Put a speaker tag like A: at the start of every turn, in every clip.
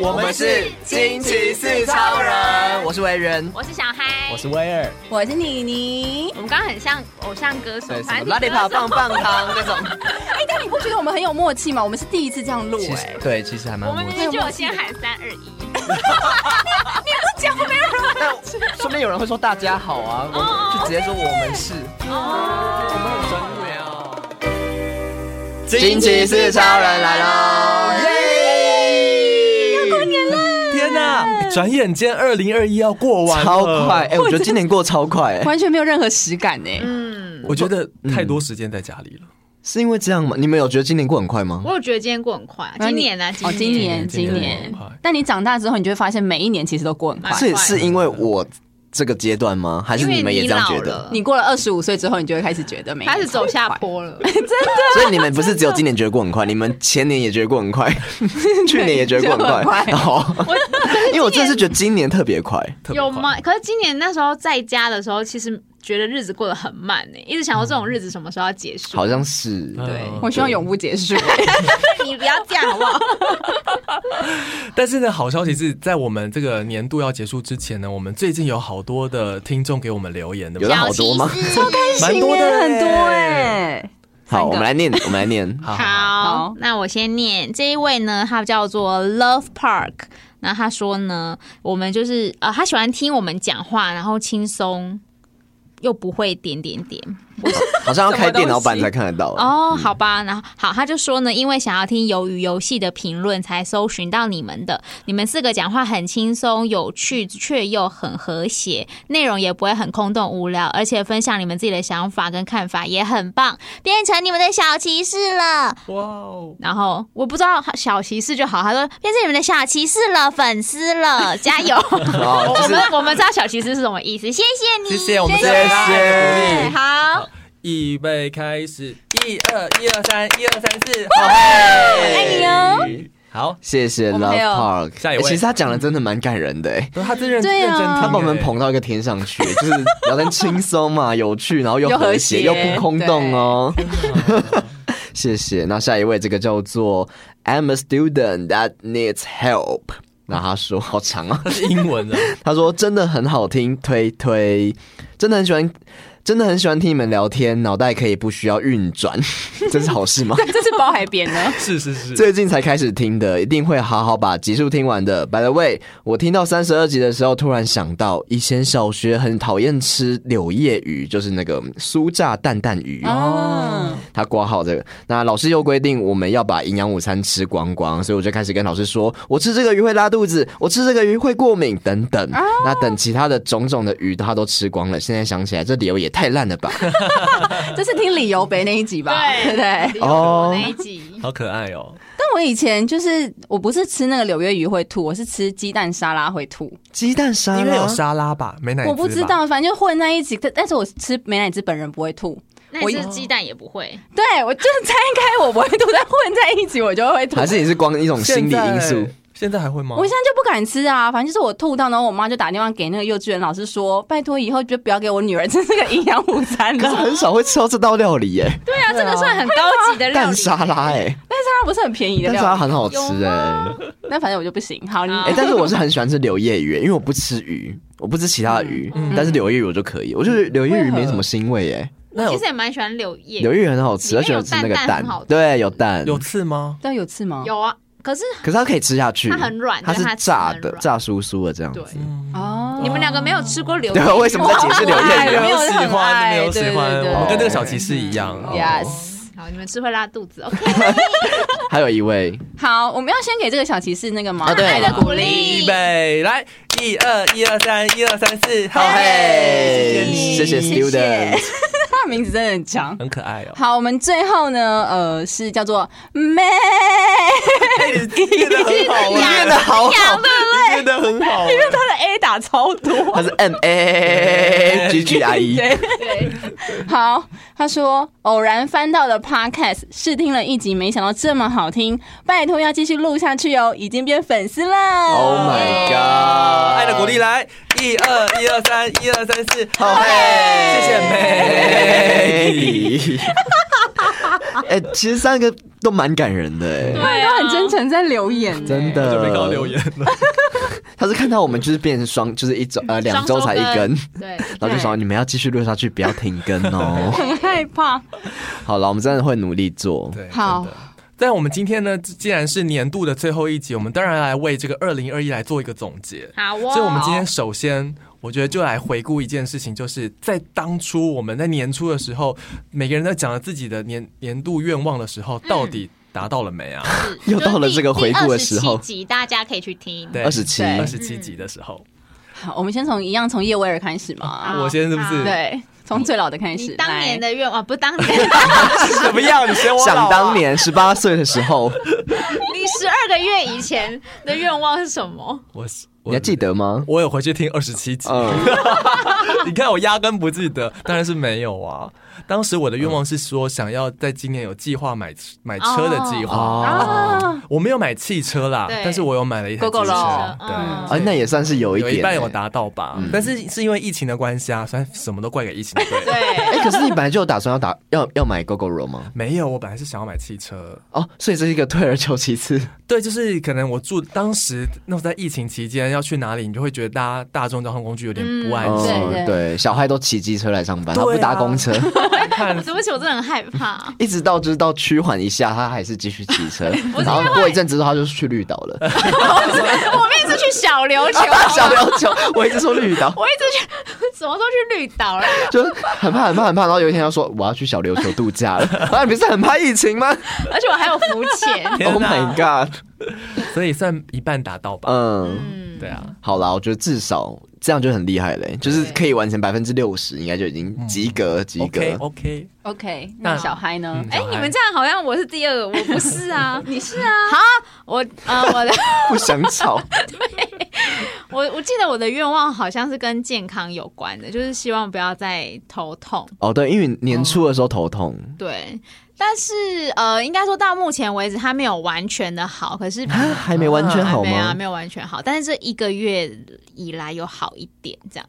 A: 我们是惊奇四超人，我是维人，
B: 我是小嗨，
C: 我是威尔，
D: 我是妮妮
B: 我。们刚刚很像偶像歌手
C: 对，什么
B: 反正
C: 拉力跑棒棒糖那种。
D: 哎、但你不觉得我们很有默契吗？我们是第一次这样录、
C: 其
D: 哎
C: 实，对，其实还蛮
B: 我们
C: 默
B: 明
C: 契。
B: 明就有先喊三二一，
C: 但说不定有人会说大家好啊，我
B: 哦
C: 们就直接说我们是，我们很专业哦。惊奇四超人来喽！耶！要过年了，
A: 天哪！转眼间二零二一要过完了，
C: 哎超快！哎，我觉得今年过超快，哎，
D: 完全没有任何实感哎、
B: 嗯
A: 我觉得
C: 嗯
A: 太多时间在家里了。
C: 是因为这样吗？你们有觉得今年过很快吗？
B: 我有觉得今天过很快，
D: 那
B: 今
D: 你
B: 年啊，
D: 哦，今年
A: 今
D: 今
A: 年
D: 年
A: 今年，
D: 但你长大之后，你就会发现每一年其实都过很快
B: 蛮。
C: 是
B: 快
C: 是因为我这个阶段吗？还是
B: 因为
C: 你们也
B: 你
C: 这样
B: 老
C: 觉
B: 了
C: 得？，
D: 你过了二十五岁之后，你就会开始觉得每一
B: 开
D: 年
B: 始走下
D: 都很快。
B: 坡了，
C: 所以你们不是只有今年觉得过很快，你们前年也觉得过很快，去年也觉得过很快
D: 觉得过很快。
C: 哦，因为我真的是觉得今年特别快，
A: 特别
B: 有
A: 快？
B: 吗？可是今年那时候在家的时候，其实觉得日子过得很慢呢，一直想说这种日子什么时候要结束。
C: 嗯好像是。
B: 对
A: 嗯
D: 我希望永不结束。
B: 你不要这样 好不好？
A: 但是呢，好消息是在我们这个年度要结束之前呢，我们最近有好多的听众给我们留言的，
C: 有到好多吗？
A: 蛮
D: 新
A: 多的耶
D: 年很多哎、
C: 好，
D: 三个
C: 我们来念，我们来念。
A: 好
B: 好
D: 好，
B: 那我先念这一位呢，他叫做 Love Park。那他说呢，我们就是呃，他喜欢听我们讲话，然后轻松又不会点点点。
C: 好像要开电脑版才看得到。
B: 哦，好吧，然后好，他就说呢，因为想要听鱿鱼游戏的评论，才搜寻到你们的。你们四个讲话很轻松、有趣，却又很和谐，内容也不会很空洞无聊，而且分享你们自己的想法跟看法也很棒，变成你们的小骑士了。
A: 哇哦！
B: 然后我不知道小骑士就好，他说变成你们的小骑士了，粉丝了，加油！
C: 哦，
B: 我
C: 就是
B: 们我们知道小骑士是什么意思，谢谢你，
A: 谢谢我们
C: 谢
A: 这
C: 谢
B: 对，。好。
A: 预备开始，一二一二三，一二三四，哎
B: 哎
C: 爱你哦。
A: 好，
C: 谢谢
D: 我们还
C: Love
D: 有
C: Park。
A: 下一位
C: 欸其实他讲的真的蛮感人的，哎，
A: 他真认认
D: 对
A: 真
D: 啊
A: 听，
C: 他把我们捧到一个天上去， 就是聊天轻松嘛，有趣，然后又
D: 又
C: 和
D: 和
C: 谐，
D: 谐
C: 又不空洞哦。 谢谢。那下一位这个叫做 I'm a student that needs help。那他说好长啊，
A: 他是英文的，
C: 他说真的很好听，推推，真的很喜欢，真的很喜欢听你们聊天，脑袋可以不需要运转， 这是好事吗？
D: 这是包海边呢，
A: 是是是，
C: 最近才开始听的，一定会好好把集数听完的。By the way，我听到三十二集的时候，突然想到以前小学很讨厌吃柳叶鱼，就是那个酥炸蛋蛋鱼。
D: 哦，
C: 他挂号这个，那老师又规定我们要把营养午餐吃光光，所以我就开始跟老师说，我吃这个鱼会拉肚子，我吃这个鱼会过敏等等。那等其他的种种的鱼他都吃光了，现在想起来这理由也太烂了吧？
D: 这是听理由北那一集吧？
B: 对
D: 对不对？
C: 哦
B: 那一集
A: 好可爱哦。
D: 但我以前就是我不是吃那个柳叶鱼会吐，我是吃鸡蛋沙拉会吐。
C: 鸡蛋沙拉，
A: 因为有沙拉吧，没奶，
D: 我不知，道，反正就混在一起。但但是我吃美乃滋本人不会吐，
B: 那
D: 我
B: 你是鸡蛋也不会，
D: 对我就是拆开我不会吐，但混在一起我就会吐。
C: 还是你是光一种心理因素？。
A: 现在还会吗？
D: 我现在就不敢吃啊，反正就是我吐到，然后我妈就打电话给那个幼稚园老师说，拜托以后就不要给我女儿吃这个营养午 餐
C: 可
D: 了。
C: 是很少会吃到这道料理耶、
B: 对啊，这个算很高级的料
C: 蛋
B: 理。
C: 沙拉哎、
D: 它不是 很便宜的
C: 蛋
D: 料
C: 沙拉
D: 理，
C: 很好吃哎、
D: 但反正我就不行。好，你
B: 啊
C: 哎、但是我是很喜欢吃柳叶鱼、因为我不吃鱼，我不吃其他的鱼，
B: 嗯
C: 但是柳叶鱼我就可以。我觉得柳叶鱼没什么腥味哎、
A: 那
B: 其
A: 有
B: 实也蛮喜欢柳叶，
C: 柳叶鱼很好吃，而
B: 里面
C: 且
B: 有
C: 我吃那个
B: 蛋蛋
C: 蛋
B: 很好，吃
C: 对，有蛋，
A: 有刺吗？
D: 对有刺吗？
B: 有啊，可是
C: 可是它可以吃下去，
B: 它很软
C: 它
B: 对
C: 是
B: 它吃
C: 炸
B: 很
C: 的，
B: 软
C: 炸酥酥的这样
B: 对
C: 子。，
A: 嗯
D: 哦，
B: 你们两个没有吃过柳
C: 对
B: 叶，
C: 啊，为什么在解释柳
D: 哎
C: 叶
D: 我
C: 鱼？
D: 没有
A: 喜
D: 很
A: 欢，
D: 爱
A: 没有喜
D: 对
A: 欢，
D: 对嗯对
A: 我们跟这个小骑士一样。哦
D: Yes，
B: 好，你们吃会拉肚子，OK？
C: 还有一位，
D: 好，我们要先给这个小骑士那个吗？ 哎
C: 啊对
D: 爱的鼓
A: 预
D: 励。
A: 备，来，一二一二三，一二三四，
B: 哎
A: 好
C: 哦嘿，谢谢
A: 谢谢你，
C: student，
D: 他的名字真的很长。
A: 很可爱哦。
D: 好，我们最后呢，呃，是叫做 May，
C: 哎
A: 念的很
B: 啊
A: 好
C: 你念的好啊好，
A: 念的很好，啊
D: 他的 A 打超多。
C: 他是 M A G G I
B: 哎
C: E。
D: 对对，好，他说偶然翻到的 podcast，试听了一集，没想到这么好听，拜托要继续录下去哦，已经变粉丝了。
C: Oh my god！
A: 爱的鼓励来，一二一二三，一二三四，
C: 好
A: 谢谢妹。
C: 嘿， 哎、其实三个都蛮感人的、哎，
D: 他们啊都很真诚在留言、欸，
C: 真的。
A: 准备高留言了，
C: 他是看到我们就是变成双，就是一周呃两周才一根，
B: 对，
C: 然后就说你们要继续录下去，不要停更 哦。
D: 很害怕。
C: 好了，我们真的会努力做。
A: 对，
D: 好
A: 真的。但我们今天呢，既然是年度的最后一集，我们当然来为这个二零二一来做一个总结。
B: 好哦。
A: 所以，我们今天首先，我觉得就来回顾一件事情，就是在当初我们在年初的时候，每个人在讲了自己的年年度愿望的时候，到底达到了没啊？
C: 又到了这个回顾的时候
B: 就是第第27集大家可以去听。
A: 对，
C: 二十七，
D: 对
A: 二十七集的时候，
D: 好，我们先从一样从叶威尔开始嘛。
B: 好
A: 我先是不是？
D: 对，从最老的开始。
B: 啊你当年
D: 来
B: 的愿望哦不是当年，
A: 怎么样？你嫌我老啊
C: 想当年十八岁的时候，
B: 你十二个月以前的愿望是什么？
A: 我是
C: 你还记？得吗？
A: 我有回去听二十七集，
C: 嗯，
A: 你看我压根不记得，当然是没有啊。当时我的愿望是说，想要在今年有计划买买车的计划，
C: 哦，
A: 我没有买汽车啦，
B: 对
A: 但是我有买了一台机
D: Gogoro
A: 车，
B: 嗯
A: 哦对，
C: 啊，那也算是有一
A: 有
C: 点、
A: 一半有
C: 哎
A: 达到吧。但是是因为疫情的关系啊，所以什么都怪给疫情。对，
D: 对，
C: 哎、可是你本来就有打算要打要要买 GoGo 罗吗？
A: 没有，我本来是想要买汽车，
C: 哦，所以这是一个退而求其次，
A: 对，就是可能我住当时那时候在疫情期间要去哪里，你就会觉得大家大众交通工具有点不安
C: 哦
A: 心。
B: 对对
C: 对，小孩都骑机车来上班，他
A: 对啊
C: 不搭公车，
A: 你 看
B: 对不起，我真的很害怕。
C: 一直到就是到趋缓一下，他还是继续骑车，
B: 是
C: 然后过一阵子之后他就去绿岛了，
B: 我们一直去小琉球，
C: 啊小琉球，我一直说绿岛，
B: 我一直去， 什么时候去绿岛了？
C: 就是很怕很怕很怕，然后有一天他说我要去小琉球度假了，啊，你不是很怕疫情吗
B: 而且我还有浮 潜。
A: 天
C: ？Oh
A: 哪
C: my god，
A: 所以算一半达到吧。
C: 嗯，
B: 嗯，
A: 对啊，
C: 好啦，我觉得至少这样就很厉害嘞、就是可以完成百分之六十，应该就已经及格及格。
A: OK OK，
D: OK，
A: 那
D: 那小嗨呢？
B: 哎，你们这样好像我是第二个，我不 是啊，你是啊。好，我呃，我的
C: 不想吵，
B: 我我记得我的愿望好像是跟健康有关的，就是希望不要再头痛。
C: 哦，对，因为年初的时候头痛，
B: 对，但是呃，应该说到目前为止，它没有完全的好，可是
C: 还没啊完全好
B: 没嗯有啊，
C: 吗？
B: 没有完全好，但是这一个月以来有好一点，这样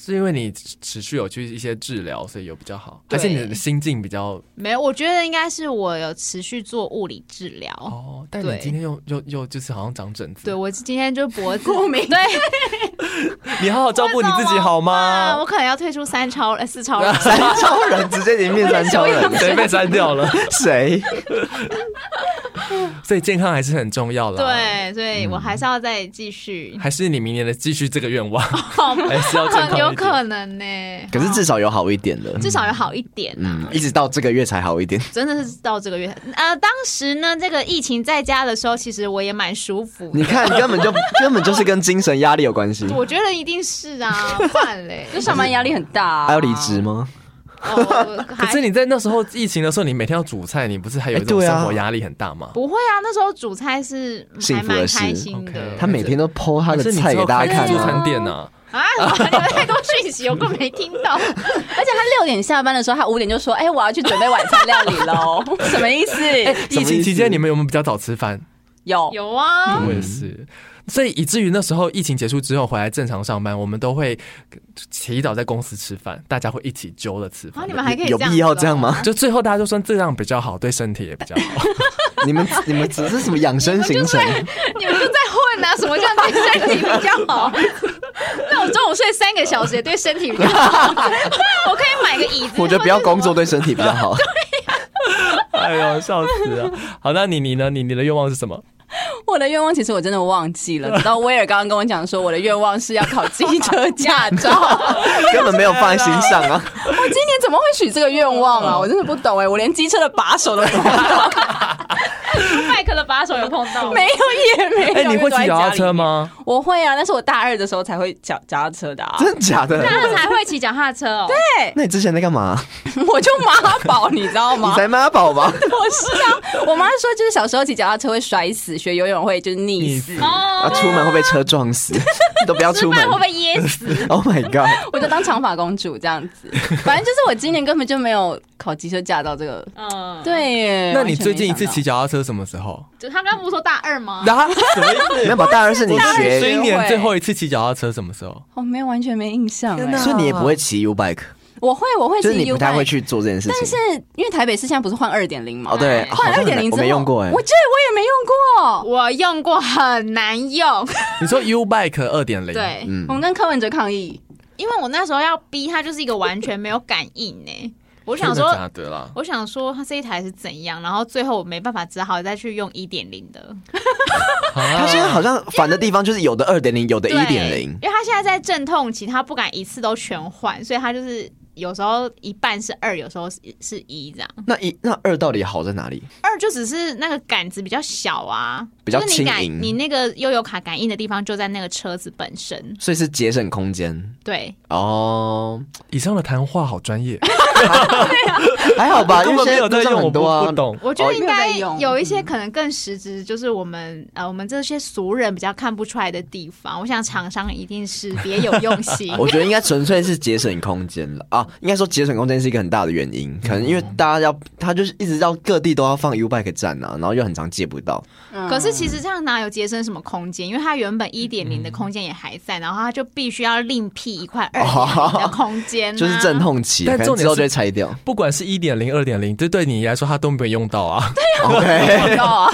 A: 是因为你持续有去一些治疗，所以有比较好，
B: 对
A: 而且你的心境比较哦
B: 没有。我觉得应该是我有持续做物理治疗。
A: 哦。但你
B: 对
A: 今天又又又就是好像长疹子，
B: 对，我今天就脖子
D: 过 敏
B: 对
A: 你好好照顾你自己好
B: 啊，
A: 吗
B: 我？可能要退出三超呃 四超人
C: 三超人直接已经变三超人了，
A: 谁被删掉了？
C: 谁？
A: 所以健康还是很重要啦。，
B: 对，所
C: 嗯
B: 以我还是要再 继续，
A: 还是你明年的继续这个愿望，
B: 好吗
A: 还是要健康一点
B: 有可能呢、
C: 可是至少有好一点了，
B: 至少有好一点啊。
C: 嗯，一直到这个月才好一点。
B: 真的是到这个月，呃，当时呢，这个疫情在家的时候，其实我也蛮舒服
C: 你
B: 的。
C: 看，根本就根本就是跟精神压力有关系。
B: 我觉得一定是 啊，换嘞，
D: 就上班压力很大啊，
C: 还要离职吗？
B: 哦，
A: 可
B: 还
A: 是你在那时候疫情的时候，你每天要煮菜，你不是还有一
C: 哎
A: 种
C: 对啊
A: 生活压力很大吗？
B: 不会啊，那时候煮菜是
C: 幸
B: 还
C: 福的
B: 蛮
C: 事
B: 开心的
A: OK
C: 他每天都剖他
A: 还
C: 的
A: 是你
C: 菜给大家
A: 之后开
C: 看
A: 自助
C: 啊。
A: 餐店呢？
B: 啊！你们太多讯息，我根本没听 到。
D: 而且他六点下班的时候，他五点就说：“哎、我要去准备晚餐料理 喽。”什么意思？
C: 什
A: 疫
C: 么意
A: 情
C: 思
A: 期间你们有没有比较早吃饭？
D: 有
B: 有啊，
A: 我也是，所以以至于那时候疫情结束之后回来正常上班，我们都会提早在公司吃饭，大家会一起揪了吃
B: 然后
A: 饭
B: 你。们还可以
C: 有
B: 这样
C: 必要
B: 子哦
C: 这样 吗？
A: 就最后大家就说这样比较好，对身体也比较好。
C: 你们你们只是什么养生行程？
B: 你们就在混啊，什么叫对身体比较 好？那我中午睡三个小时也对身体比较 好。我可以买个椅子，
C: 我觉得不要工作
B: 或者
C: 对身体比较 好。
A: 哎呦，笑死了！好，那你你呢？你你的愿望是什么？
D: 我的愿望，其实我真的忘记了。直到威尔刚刚跟我讲说，我的愿望是要考机车驾 照。我
B: 啊
C: 根本没有放在心上啊！
D: 今年怎么会许这个愿望
A: 哦
D: 啊？我真的不懂哎、我连机车的把手都没有，
B: 什么麦克的把手有碰到吗
D: 没有也没有。
A: 哎、你
D: 因
A: 会
D: 为都在
A: 骑脚踏
D: 家
A: 车
D: 里？
A: 吗？
D: 我会啊，但是我大二的时候才会脚脚踏车的啊。
C: 真的假的？
B: 他才会骑脚踏车哦。对，
C: 那你之前在干嘛？
D: 我就妈宝，你知道
C: 你
D: 吗？
C: 才妈宝吧？
D: 我是啊，我妈说就是小时候骑脚踏车会摔死，学游泳会就是溺死。
C: 啊，
B: 哦，
C: 出门会被车撞 死，都不要
B: 吃
C: 出门
B: 饭。会被噎 死？
C: Oh my god！
D: 我就当长发公主这样子。反正就是我今年根本就没有考机车驾照这个。
B: 嗯，
D: 对耶，
A: 那你最近一次
D: 完
A: 骑
D: 全没想到
A: 脚踏车什么时候？
B: 就他刚刚不是说大二 吗？
A: 啊？什么意思？
C: 没有吧？当然是你
A: 所
C: 学，
A: 以一年最后一次骑脚踏车什么时候？
D: 哦我没有完全没印象哎。
A: 啊
C: 所以你也不会骑 U bike。
D: 我会，我会
C: 就
D: 自
C: 是
D: 己
C: 你
D: U
C: 不太会
D: 拜，
C: 去做这件事
D: 但是
C: 情。
D: 因为台北市现在不是换二点零嘛，
C: 哦，对，
A: 哎
C: 好
D: 换
C: 像
D: 二点零
C: 我没用过哎
D: 我，觉得我也没用过。
B: 我用过，很难用。
A: 你说 U Bike 二点零，，
B: 对，
C: 嗯
D: 我，们跟柯文哲 抗议，
B: 因为我那时候要逼他，就是一个完全没有感应呢、我
A: 我
B: 想说，
A: 假的啦？
B: 我想说他这一台是怎样，然后最后我没办法，只好再去用一点零的。
A: 啊
C: 他现在好像烦的地方就是有的二点零，有的
B: 对
C: 一点零，
B: 因为他现在在阵痛期，他不敢一次都全换，所以他就是有时候一半是二，有时候是是一这样。
C: 那一那二到底好在哪里？
B: 二就只是那个杆子比较小啊，
C: 比较
B: 就是你
C: 轻盈
B: 感你那个悠游卡感应的地方就在那个车子本身。
C: 所以是节省空间
B: 对，
C: 哦，
A: 以上的谈话好专业，
C: 还好啊吧，因
A: 根
C: 为
A: 本没
C: 现
A: 有在
C: 路上
A: 用，我
C: 很
A: 不
C: 多啊
A: 不，懂。
B: 我觉得
C: 哦。
B: 应该
D: 没有在用
B: 有一些可能更实质，就是我们呃我们这些俗人比较看不出来的地方。我想厂商一定是别有用心
C: 我觉得应该纯粹是节省空间了啊，应该说节省空间是一个很大的原因，可能因为大家要，他就是一直到各地都要放 U Bike 站啊，然后又很常借不到，
D: 嗯
B: 可是其实这样哪有节省什么空间？因为它原本一点零的空间也还在，然后它就必须要另辟 一块二点零的空间、啊，
C: 哦就是阵。痛期，
A: 但
C: 可能
A: 重点
C: 之后
A: 是
C: 就会拆掉。
A: 不管是一点零、二点零，这对你来说它都没有用到啊。
C: OK，
D: 广告啊！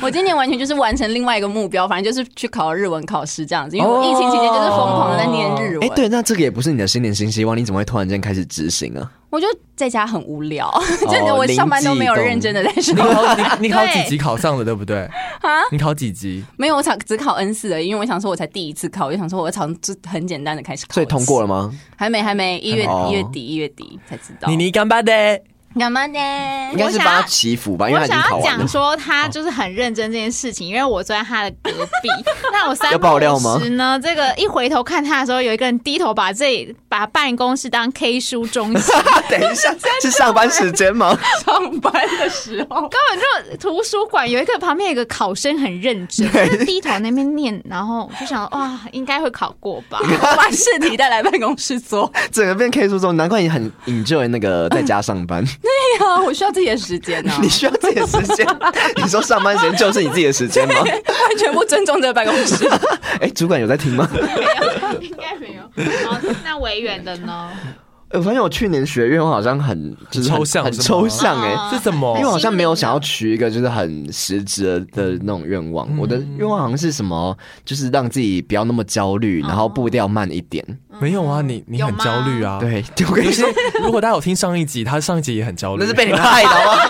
D: 我今年完全就是完成另外一个目标，反正就是去考日文考试这样子，因为我疫情期间就是疯狂的在念日
C: 哎
D: 文。，
C: 对，那这个也不是你的新年新希望，你怎么会突然间开始执行啊呢？
D: 我就在家很无聊，
C: 哦
D: 真的我上班都没有认真的在
A: 你
D: 上班，
A: 考你你考几级考上了，对不对？
D: 啊
A: 你考几级？
D: 没有我想只考 N 四而已，因为我想说我才第一次考，我就想说我从这很简单的开始考，
C: 所以通过了，吗？
D: 还没还没一月
C: 哦
D: 一月底一月底才知道。
A: 你你干巴的，
D: 干嘛
C: 应
B: 哎
D: 呢？
C: 该是帮他祈福吧，因为他
B: 我
C: 已经
B: 想
C: 考
B: 要
C: 完了
B: 讲。说他就是很认真这件事情，因为我坐在他的隔 壁。那我三
C: 要爆料吗
B: 时呢，这个一回头看他的时候，有一个人低头把这里把办公室当 K 书中 心，
C: 等一 下，是上班时间吗？
D: 上班的时候，
B: 根本就图书馆有一个旁边有一个考生很认 真，
C: 对
B: 就是低头那边念，然后我就想哇，应该会考过 吧。
D: 我把试题带来办公室 做。
C: 整个变 K 书中，难怪你很 enjoy 那个在家上 班。
D: 对啊，我需要自己的时间啊，
C: 你需要自己的时间。你说上班时间就是你自己的时间 吗？
D: 完全不尊重这个办公室。
C: 哎、主管有在 听吗？
B: 没有，应该没有。好，那维园的呢？
C: 哎我发现我去年学院我好像很就是很
A: 抽象
C: 很
A: 是吗
C: 抽象哎、
B: 啊
A: 是什
C: 因为我
A: 么？
C: 好像没有想要取一个就是很实质的那种愿望，我的愿望好像是什么，就是让自己不要那么焦虑，然后步调慢一点。
A: 没有啊，你你很
B: 有吗
A: 焦虑啊。，
C: 对，我跟你
A: 有
C: 说
A: 些，如果大家有听上一集，他上一集也很焦虑。
C: 那是被你们害的吗？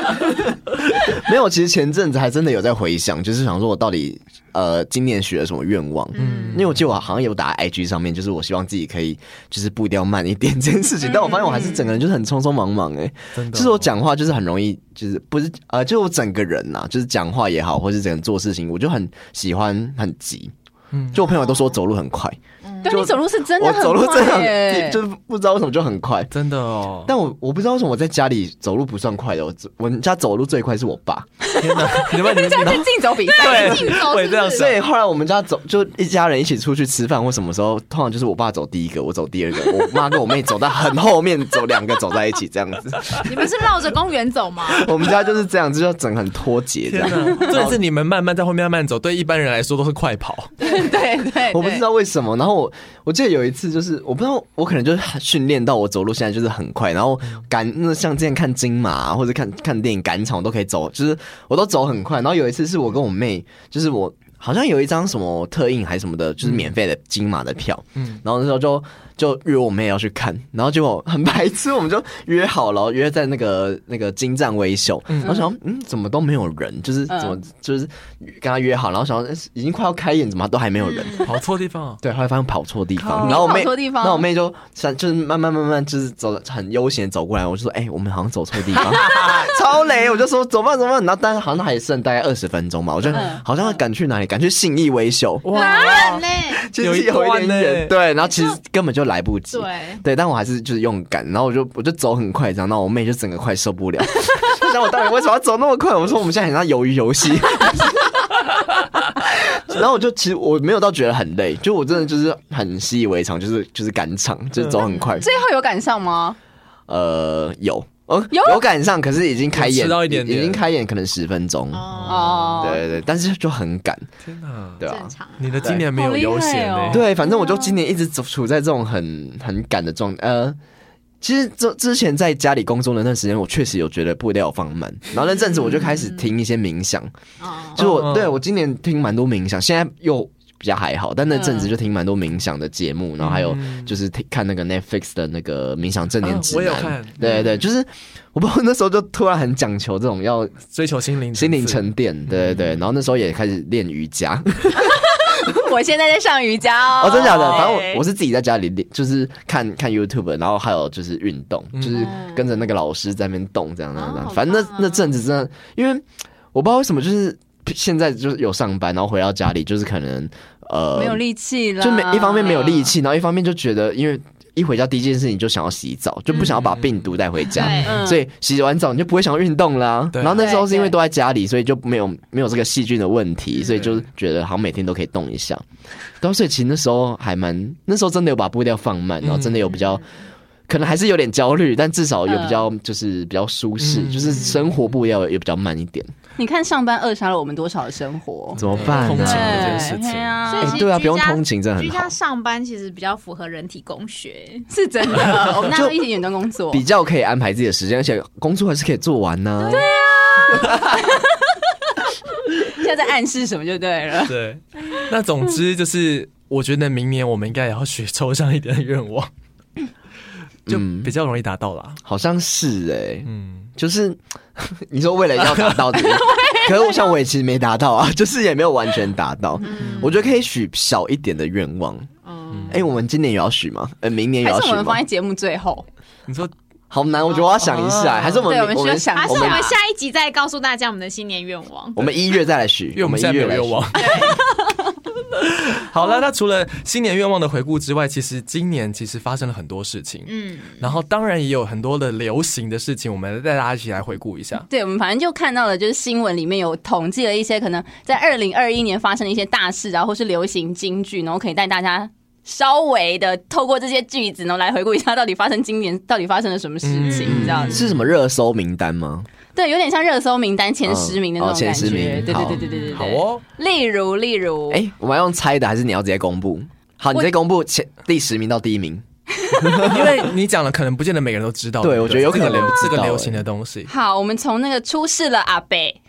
C: 没有，其实前阵子还真的有在回想，就是想说我到底呃今年许了什么愿望。嗯，因为我记得我好像有打在 IG 上面，就是我希望自己可以就是步调慢一点这 件事情，但我发现我还是整个人就是很匆匆忙忙哎、
A: 真的哦
C: 就是我讲话就是很容易，就是不是呃，就是我整个人呐、就是讲话也好，或是整个人做事情，我就很喜欢很急。
A: 嗯
C: 就我朋友都说我走路很快，
D: 对你走路是真的
C: 我
D: 很
C: 走路真的
D: 快
C: 很，
D: 耶
C: 就是不知道为什么就很快。
A: 真的哦。
C: 但我我不知道为什么我在家里走路不算快的，我走我们家走路最快是我爸，
A: 天哪，你们你 们你
D: 这
A: 们
D: 是竞走比赛，
B: 竞走是不
A: 对，
B: 是
A: 我也这样
D: 哦
C: 所
A: 想。
C: 以 后来我们家走就一家人一起出去吃饭或什么时候，通常就是我爸走第一个，我走第二个，我妈跟我妹走到很后面，走两个走在一起这样子。
B: 你们是绕着公园走 吗？
C: 我们家就是这样，就要整很脱节这
A: 天
C: 样。
A: 哪，这是你们慢慢在后面慢慢走，对一般人来说都是快跑。
D: 对对对，
C: 我不知道为什么，然后我我记得有一次就是我不知道我可能就是训练到我走路现在就是很快，然后赶那像之前看金马、啊、或者看看电影赶场我都可以走，就是我都走很快。然后有一次是我跟我妹，就是我好像有一张什么特映还是什么的，就是免费的金马的票，
A: 嗯
C: 嗯，然后那时候就就约我妹要去看，然后结果很白痴，我们就约好了，约在那个那个金站微秀，然后想嗯怎么都没有人，就是怎么、就是跟他约好，然后想诶已经快要开演，怎么都还没有人。
A: 跑错地方哦，
C: 对，后来发现跑错地
A: 靠
C: 方，然后我妹，
D: 哦跑错地方
C: 然后我妹就想，就是慢慢慢慢，就是走很悠闲地走过来，我就说，哎、我们好像走错地 方，超雷，我就说走吧走吧，然后但是好像还剩大概二十分钟吧，我就
D: 嗯
C: 好像赶去哪里，赶去信义微秀，
B: 很呢？
C: 其
A: 有
C: 实
A: 一
C: 有一
A: 段欸
C: 点
A: 呢
C: 远，对，然后其实根本就来不及，
B: 对，
C: 对，但我还是就是用赶，然后我就我就走很快这样，然后我妹就整个快受不了， 她想我到底为什么要走那么快？我说我们现在很像鱿鱼游戏。 然后我就其实我没有到觉得很累，就我真的就是很习以为常，就是就是赶场，就是走很
B: 嗯
C: 快。
D: 最后有赶上吗？
C: 呃，有，呃
D: 有
C: 有赶上，可是已经开
A: 有
C: 演，
A: 迟到一点点
C: 已经开演可能十分钟。
B: 哦，
D: 哦
C: 嗯对，对对，但是就很赶，
A: 天哪！
C: 对
B: 正
C: 啊。
B: 常。
A: 你的今年没有悠
D: 好
A: 闲
D: 厉害
A: 呢
D: 哦。
C: 对，反正我就今年一直走处在这种很很赶的状，呃，其实这之前在家里工作的那段时间，我确实有觉得步调有放慢，然后那阵子我就开始听一些冥想，
B: 哦
C: 就是我
A: 嗯
C: 对我今年听蛮多冥想，现在又比较还好，但那阵子就听蛮多冥想的节目，然后还有就是听看那个 Netflix 的那个冥想正念
A: 嗯啊
C: 指
A: 我有
C: 南
A: 看，嗯
C: 对对，就是我不知道那时候就突然很讲求这种要
A: 追求心灵层次
C: 心灵沉淀，
A: 嗯
C: 对对对，然后那时候也开始练瑜伽，
D: 我现在在上瑜伽哦。
C: 哦，真假的？反正
D: 对
C: 我我是自己在家里练，就是看看 YouTube，然后还有就是运动，
A: 嗯
C: 就是跟着那个老师在那边动，这样这样这
B: 哦
C: 样。反正
B: 好棒
C: 那
B: 啊
C: 那阵子真的，因为我不知道为什么，就是现在就是有上班，然后回到家里就是可能呃
D: 没有力气了，
C: 就没一方面没有力气，然后一方面就觉得因为。一回家第一件事情就想要洗澡，
A: 嗯
C: 就不想要把病毒带回家，
B: 对
D: 嗯
C: 所以洗完澡你就不会想要运动啦。
A: 对
C: 然后那时候是因为
D: 对对
C: 都在家里，所以就没有没有这个细菌的问题，
A: 嗯
C: 所以就觉得好像每天都可以动一下。然后所以其实那时候还蛮，那时候真的有把步调放慢，
A: 嗯
C: 然后真的有比较。可能还是有点焦虑，但至少有比较就是比较舒适，
A: 嗯
C: 就是生活步调也比较慢一点，
D: 你看上班扼杀了我们多少的生活？
C: 怎么办
A: 通
C: 呢、
A: 勤
C: 啊？
A: 这件事情
D: 对啊
B: 所以
C: 哎、
B: 其实
C: 对啊，
B: 居
C: 不用
B: 家
C: 通勤真的
B: 居
C: 很好
B: 家，上班其实比较符合人体工学，
D: 是真的，我们大家都一起远端工作，
C: 比较可以安排自己的时间，而且工作还是可以做完呢、对啊，
D: 现在在暗示什么就对了。
A: 对，那总之就是，我觉得明年我们应该也要许抽象一点的愿望，嗯就比较容易达到啦。
C: 好像是哎、
A: 嗯，
C: 就是 你说为了要达到这 个，可是我想我也其实没达到啊，就是也没有完全达到。
D: 嗯
C: 我觉得可以许小一点的愿望。
B: 嗯，
C: 哎、我们今年也要许吗？呃，明年也
D: 还
C: 要
D: 是
C: 许
D: 我们放
C: 吗
D: 在？节目最后，
A: 你说
C: 好难，我觉得我要想一下。
A: 哦
C: 还是我们
D: 对我们需
C: 我
D: 要
C: 们
D: 想一
B: 啊还是我
D: 下
B: 们下一集再告诉大家我们的新年愿望。
C: 我们一月再来许，
A: 因为我们
C: 一
A: 现在没有
C: 月来
A: 愿
C: 许
A: 望。。好了，那除了新年愿望的回顾之外，其实今年其实发生了很多事情，
B: 嗯，
A: 然后当然也有很多的流行的事情，我们带大家一起来回顾一下。
D: 对我们反正就看到了，就是新闻里面有统计了一些可能在二零二一年发生的一些大事啊，或是流行金句，然后可以带大家稍微的透过这些句子，然后来回顾一下到底发生今年到底发生了什么事情，
A: 嗯
D: 这样子。
C: 是什么热搜名单吗？
D: 对，有点像热搜名单前十名的那
C: 哦
D: 种感
C: 前
D: 觉。
C: 十
D: 对
C: 名
D: 对
C: 好
D: 对对对嗯对。
A: 好。哦，
D: 例如，例如，
C: 哎、我们要用猜的，还是你要直接公布？好，你
D: 我
C: 直接公布前第十名到第一名。
A: 因为你讲了，可能不见得每个人都知道。
C: 对
A: 不
C: 我觉得有可能
A: 这个流
C: 不知
A: 这
C: 道
A: 个流行的东西。
D: 好，我们从那个出事了阿 北，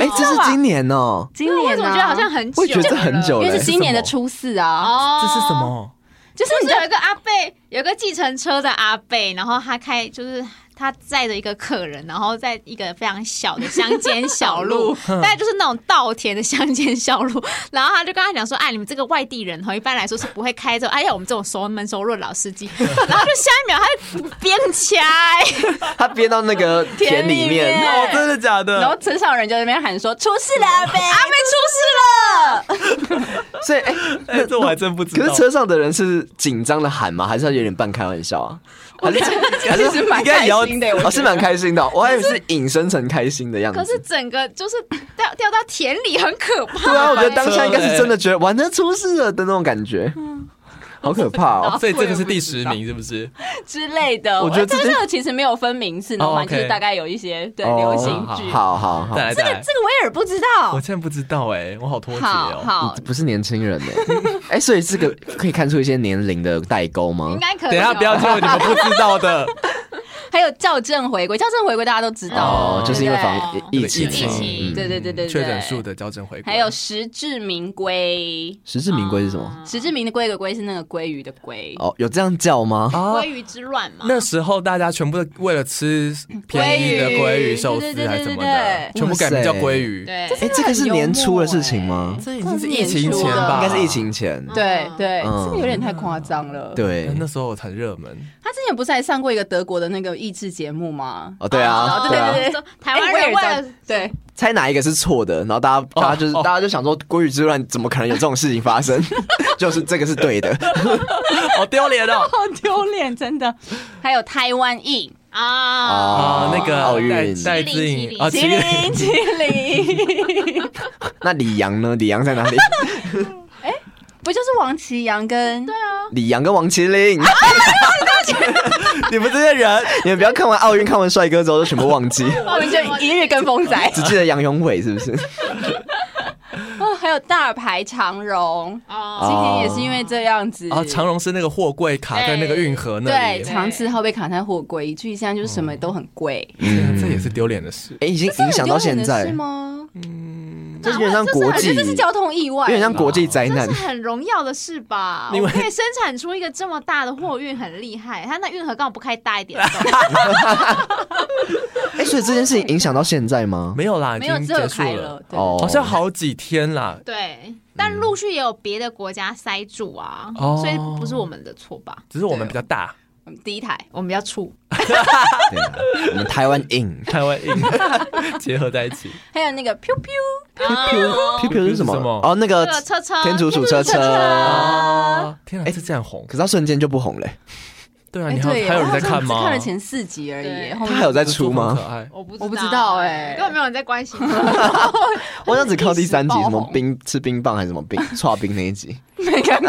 C: 哎、这是
D: 啊
C: 今年哦、
D: 今年、啊、
B: 我怎么觉得好像很久
C: 我
B: 了？
C: 也觉得很久
D: 因
C: 了
D: 为是
C: 欸
D: 今年的初四啊，
B: 哦，
A: 这是什？么？
D: 就是
B: 就
D: 你
B: 是
D: 知道
B: 有一个阿贝，有一个计程车的阿贝，然后他开就是他载着一个客人，然后在一个非常小的乡间小路，大概就是那种稻田的乡间小路，然后他就跟他讲说：“哎，你们这个外地人哈，一般来说是不会开这种，哎呀，我们这种熟门熟路的老司机。”然后就下一秒他就边掐、哎
C: 他憋到那个田里
D: 田里面
C: 面，
A: 哦，真的假的？
D: 然后村上人就在那边喊说出事了 阿北，阿北
C: 所以哎、
A: 哎，这我还真不知
C: 可
A: 道。
C: 是车上的人是紧张的喊吗？还是他有点半开玩笑啊？还是还
D: 其实蛮
C: 应该也要
D: 开心的我觉得
C: 哦是蛮开心的哦，我还以为是引申成开心的样子。
B: 可是整个就是掉掉到田里，很可怕。
C: 对啊，我觉得当下应该是真的觉得完了出事了的那种感觉，好可怕 哦！
A: 所以这个是第十名，是不是？
D: 之类 的。哎
C: 我觉得
D: 这
C: 这
D: 个其实没有分名次，然后
A: 哦
D: 反正就是
A: OK
D: 大概有一些对
C: 哦
D: 流行
A: 好
D: 剧。
C: 好好好
A: 再，来，
D: 这个
A: 再来。
D: 这个威尔不知道
A: 我，真的不知道哎，我好脱节
D: 好
A: 哦。
D: 好
C: 你不是年轻人哎， 哎，所以这个可以看出一些年龄的代沟吗
B: 应？该可以哦。
A: 等一下不要叫你们不知道 的，
D: 还有校正回归，校正回归大家都知道
C: 哦，，就是因为防
D: 对不对
C: 疫
A: 疫
C: 情
A: 情
C: 嘛，嗯
B: 疫情
D: 对对对对对
A: 确诊数的校正回归，
D: 还有实至名归，
C: 实至名归是什么？
D: 实至名的归的归是那个鲑鱼的鲑，
C: 哦，有这样叫吗？
D: 哦
A: 啊
B: 鲑，鱼之乱嘛？
A: 那时候大家全部为了吃便宜的鲑鱼寿司还是什
D: 对对对
A: 么的
D: 对对，
A: 全部改名叫鲑鱼。
B: 对，
C: 哎，这个是年初的
D: 欸
C: 事情吗？
A: 这已经是疫情前吧？
C: 应该是疫。情前。
D: 对对，
C: 嗯
D: 这个有点太夸张了。
C: 对，
A: 那时候很热门，
D: 他之前不是还上过一个德国的那个益智节目吗？
C: 哦，对
B: 哦
C: 啊，
D: 对
C: 对
D: 对
C: 啊
D: 对，
B: 说台湾人为了
D: 对，
C: 猜哪一个是错的，然后大家
A: 哦
C: 大家就是
A: 哦
C: 大家就想说，国语之乱怎么可能有这种事情发生？就是这个是对的，
A: 好丢脸 哦！
D: 好丢脸，真的。还有台湾裔
B: 啊，
A: 啊，那个
C: 奥运
A: 戴戴志
B: 麒
A: 颖
B: 麟
A: 啊，
D: 麒
A: 麟
D: 麟，麒 麟，
C: 那李阳呢？李阳在哪里？
D: 不就是王琦阳跟对啊，
C: 李阳跟王麒麟，你们这些人，你们不要看完奥运、看完帅哥之后就全部忘记，
D: 我们就一日跟风仔
C: 只记得杨永伟是不是？
D: 哦，还还有大牌长荣，今
B: 哦，
D: 年也是因为这样子
A: 啊，长荣是那个货柜卡在那个运河那
D: 对
A: 里，
D: 长次号被卡在货柜，以至于现在就是什么都很贵。
C: 嗯
A: 这这也是丢脸的事。
C: 哎，已经影响到现在
D: 是，吗？
C: 这有点像国
D: 我觉
C: 际，
D: 得啊这是
C: 有
D: 交通意外，
C: 点像国际灾
B: 这
C: 难
B: 是。很荣耀的事 吧？
A: 另
B: 我
A: 外
B: 可以生产出一个这么大的货运，很厉害。它那运河刚好不开大一点，
C: 哎，所以这件事情影响到现在吗？
A: 没有啦，已
D: 没有
A: 经
D: 只有
A: 结束
D: 开
A: 了
D: 了，，对
C: 哦，
A: 好像好几天啦。
B: 对。但
C: 嗯
B: 陆续也有别的国家塞住啊，
A: 哦
B: 所以不是我们的错吧？
A: 只是我们比较大，
D: 我们第一台
C: 哦
B: 我们要出
C: 对啊我们台湾硬
A: 台湾硬 结合在一起。
D: 还有那个 pew pew
C: ，Q Q 是什么？
A: 是什么
C: 哦，那个
B: 这个车车
C: 天竺鼠车车。
A: 哦，天哪，
C: 哎
A: 这这样红
C: 可？是它瞬间就不红嘞、
A: 对啊，
D: 啊哎
A: 你还
D: 对，
A: 有还有人在
D: 我好像
A: 看
D: 只
A: 吗？
D: 看了前四集而已，
B: 对
D: 后
C: 它
D: 面
C: 还有在出吗？
A: 爱，
B: 我不
D: 我不知道哎
B: 根本没有人在关 心它。
C: 我好像只看到第三集，
D: 一时
C: 什
D: 爆红
C: 么冰 吃冰棒还是什么冰串冰那一集，
D: 没看过。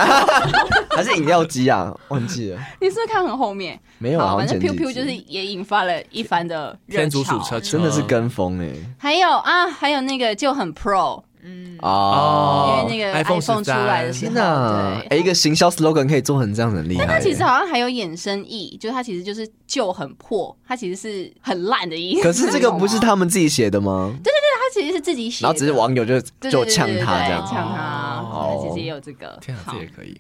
C: 还是饮料机啊？忘记了，
D: 你是不是看很后面？
C: 没有啊？
D: 好
C: 好
D: 反
C: 像
D: 正
C: 前几集
D: pew pew 就是也引发了一番的热
A: 天竺鼠
D: 潮。
A: 车车
C: 真的是跟风哎、
D: 还有啊，还有那个就很 pro，
B: 嗯
C: 哦
A: 哦，
D: 嗯因为那个
A: iPhone
D: iPhone 出来的时候
C: 啊天哪！
D: 对
C: 哎，一个行销 slogan 可以做成这样，很厉害、欸
D: 它其实好像还有衍生意，就是它其实就是就很破，它其实是很烂的意思。
C: 可是这个不是他们自己写的吗？
D: 它其实是自己写的，
C: 然后只是网友就
D: 对
C: 就呛他这
D: 对对对
C: 样
D: 对。呛他，
C: 哦
D: 它其实也有这个。
A: 天啊，
D: 好
A: 这也可以，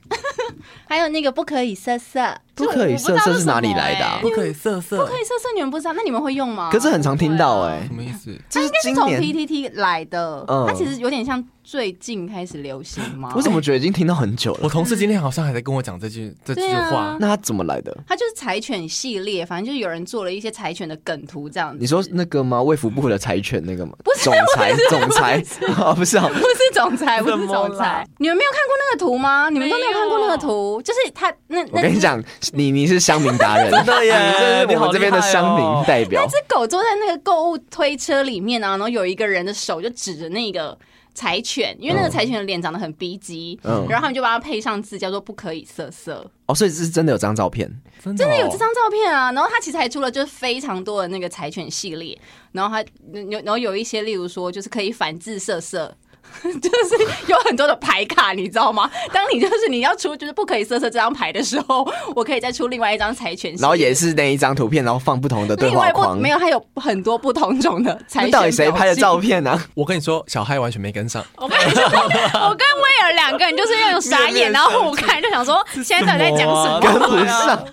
D: 还有那个不可以色色，
C: 不可以色色是哪里来的、啊
B: 我
A: 不？可以色色，
D: 不可以色色，你们不知道，那你们会用吗？
C: 可是很常听到哎、
A: 什么意思？
C: 这是
D: 啊是
C: 今
D: 从
C: 年，
D: PTT 来的，
C: 嗯
D: 它其实有点像最近开始流行吗？
C: 我怎么觉得已经听到很久
A: 我
C: 了？
A: 同事今天好像还在跟我讲这句这句
D: 对啊
A: 话，
C: 那他怎么来的？
D: 它就是柴犬系列，反正就是有人做了一些柴犬的梗图这样子。
C: 你 说那个吗？卫福部的柴犬那个吗？不是总裁，总裁啊，不是啊，
D: 不是总裁，不
A: 怎
D: 是
A: 么
D: 总裁，你们没有看过那个图吗？你们都没有看过那个图，就是它那
C: 我
D: 那
C: 跟你
D: 只
C: 讲，你你是乡民达人，真
A: 的耶
C: 你真的是我
A: 你好厉害哦
C: 们这边的乡民代表。
D: 那只狗坐在那个购物推车里面啊，然后有一个人的手就指着那个柴犬，因为那个柴犬的脸长得很逼急，
C: 嗯
D: 然后他们就帮它配上字叫做“不可以色色
C: 哦，所以这是真的有张照片，
A: 真”，
D: 真的有
A: 哦
D: 这张照片啊。然后它其实还出了就是非常多的那个柴犬系列，然后它有然后有一些，例如说就是可以反字色色。 就是有很多的牌卡，你知道吗？当你就是你要出就是不可以色色这张牌的时候，我可以再出另外一张柴犬系列，
C: 然后也是那一张图片，然后放不同的对
D: 另
C: 话
D: 外不
C: 框。
D: 没有，它有很多不同种的柴
C: 那
D: 犬。
C: 到底谁拍的照？片啊呢、
A: 我跟你说，小嗨完全没跟上，
D: 哦
B: 我跟你说，我跟威尔两个人就是要用 傻眼，然后互看，就想说现在到底在讲什么？
C: 跟不上，